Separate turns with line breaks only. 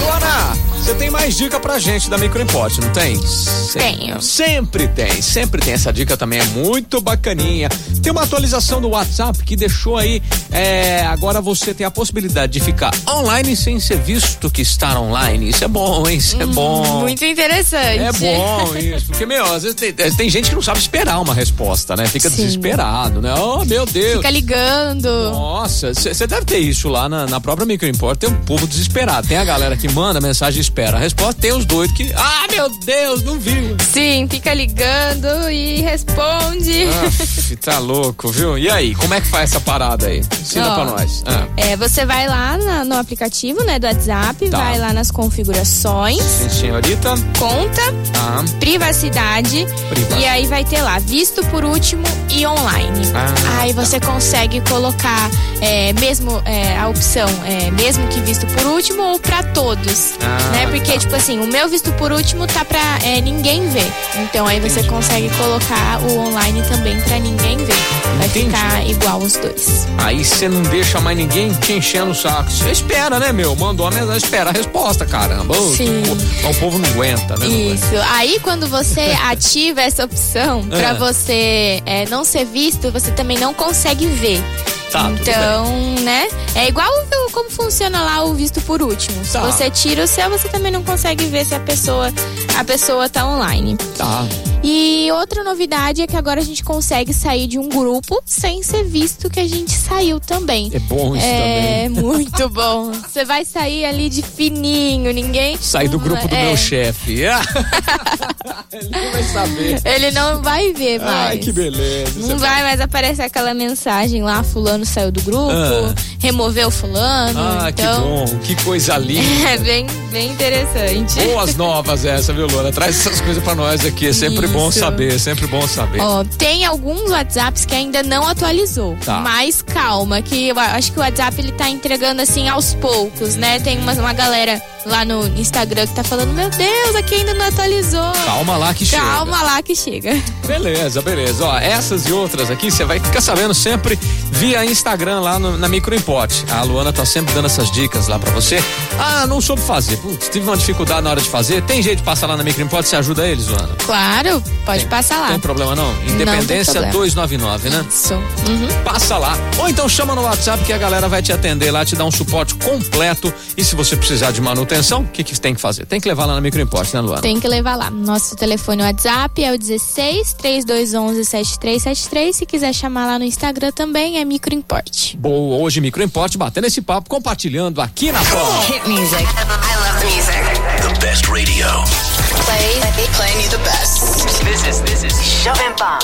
Luana, você tem mais dica pra gente da Microimporte, não tem?
Tenho.
Sempre tem, sempre tem. Essa dica também é muito bacaninha. Tem uma atualização do WhatsApp que deixou aí. é, agora você tem a possibilidade de ficar online sem ser visto que está online. Isso é bom, hein? Isso é bom.
Hum, Muito interessante.
É bom isso, porque, meu, às vezes tem, tem gente que não sabe esperar uma resposta, né? Fica
Sim.
desesperado, né? Oh, meu Deus.
Fica ligando.
Nossa, você deve ter isso lá na, na própria Microimport. Tem um povo desesperado. Tem a galera que manda mensagem e espera a resposta. Tem os doidos que. Ah, meu Deus, não viu.
Sim, fica ligando e responde.
Aff, tá louco, viu? E aí, como é que faz essa parada aí? Ensina
Ó.
pra nós. Ah,
É, você vai lá na- no aplicativo, né, do WhatsApp,
Tá.
vai lá nas configurações,
sim, senhorita.
conta,
Ah,
privacidade,
Privacidade.
e aí vai ter lá visto por último e online.
Ah,
aí você consegue colocar é, mesmo é, a opção é, mesmo que visto por último ou pra todos,
Ah,
né? Porque
tá.
tipo assim, o meu visto por último tá pra é, ninguém ver. Então aí você consegue colocar o online também pra ninguém ver. Vai
Entendi.
ficar igual os dois.
aí você não deixa mais ninguém te enchendo o saco. Você espera, né, meu? Mandou a mensagem, espera a resposta, caramba. Ô,
Sim.
o- o povo não aguenta, né? Não aguenta.
Isso. Aí quando você ativa essa opção pra
Ah.
você é, não ser visto, você também não consegue ver.
Tá, tudo
então, né? É igual o- como funciona lá o visto por último. Se
Tá.
você tira o seu, você também não consegue ver se a pessoa a pessoa tá online.
Tá.
E outra novidade é que agora a gente consegue sair de um grupo sem ser visto que a gente saiu também.
É bom isso também.
É muito bom. Você vai sair ali de fininho, ninguém.
Sair do grupo do
É.
meu chefe. Ele não vai saber.
Ele não vai ver mais.
Ai, que beleza. Você tá
Não vai mais aparecer aquela mensagem lá, fulano saiu do grupo,
Ah.
removeu fulano.
Ah, que
então,
bom, que coisa linda.
é bem, bem interessante.
Boas novas essa, viu, Luana? Traz essas coisas pra nós aqui. É sempre bom
Isso.
saber, é sempre bom saber.
Ó, tem alguns WhatsApps que ainda não atualizou.
Tá.
Mas calma, que eu acho que o WhatsApp ele tá entregando assim aos poucos, né? Tem uma, uma galera lá no Instagram que tá falando, meu Deus, aqui ainda não atualizou.
Calma lá Tá, que chega.
Calma lá que chega.
Beleza, beleza. Ó, essas e outras aqui você vai ficar sabendo sempre via Instagram lá no- na Microimporte. A Luana tá sempre dando essas dicas lá pra você. Ah, não soube fazer. Putz, tive uma dificuldade na hora de fazer. Tem jeito de passar lá na Microimporte? Você ajuda eles, Luana?
Claro, pode passar lá.
Tem problema não? Independência
Ah. problema.
299, né?
Isso. Uhum.
passa lá. Ou então chama no WhatsApp que a galera vai te atender lá, te dar um suporte completo. E se você precisar de manutenção, o que, que tem que fazer? Tem que levar lá na Microimporte, né, Luana?
Tem que levar lá. Nosso telefone WhatsApp é o 16 3211 7373. Se quiser chamar lá no Instagram também é microimporte.
Boa, hoje Microimporte batendo esse papo, compartilhando aqui na forma.
Hit music.
I love music.
The best radio.
Play, play me the best. This is this is Jovem Pan.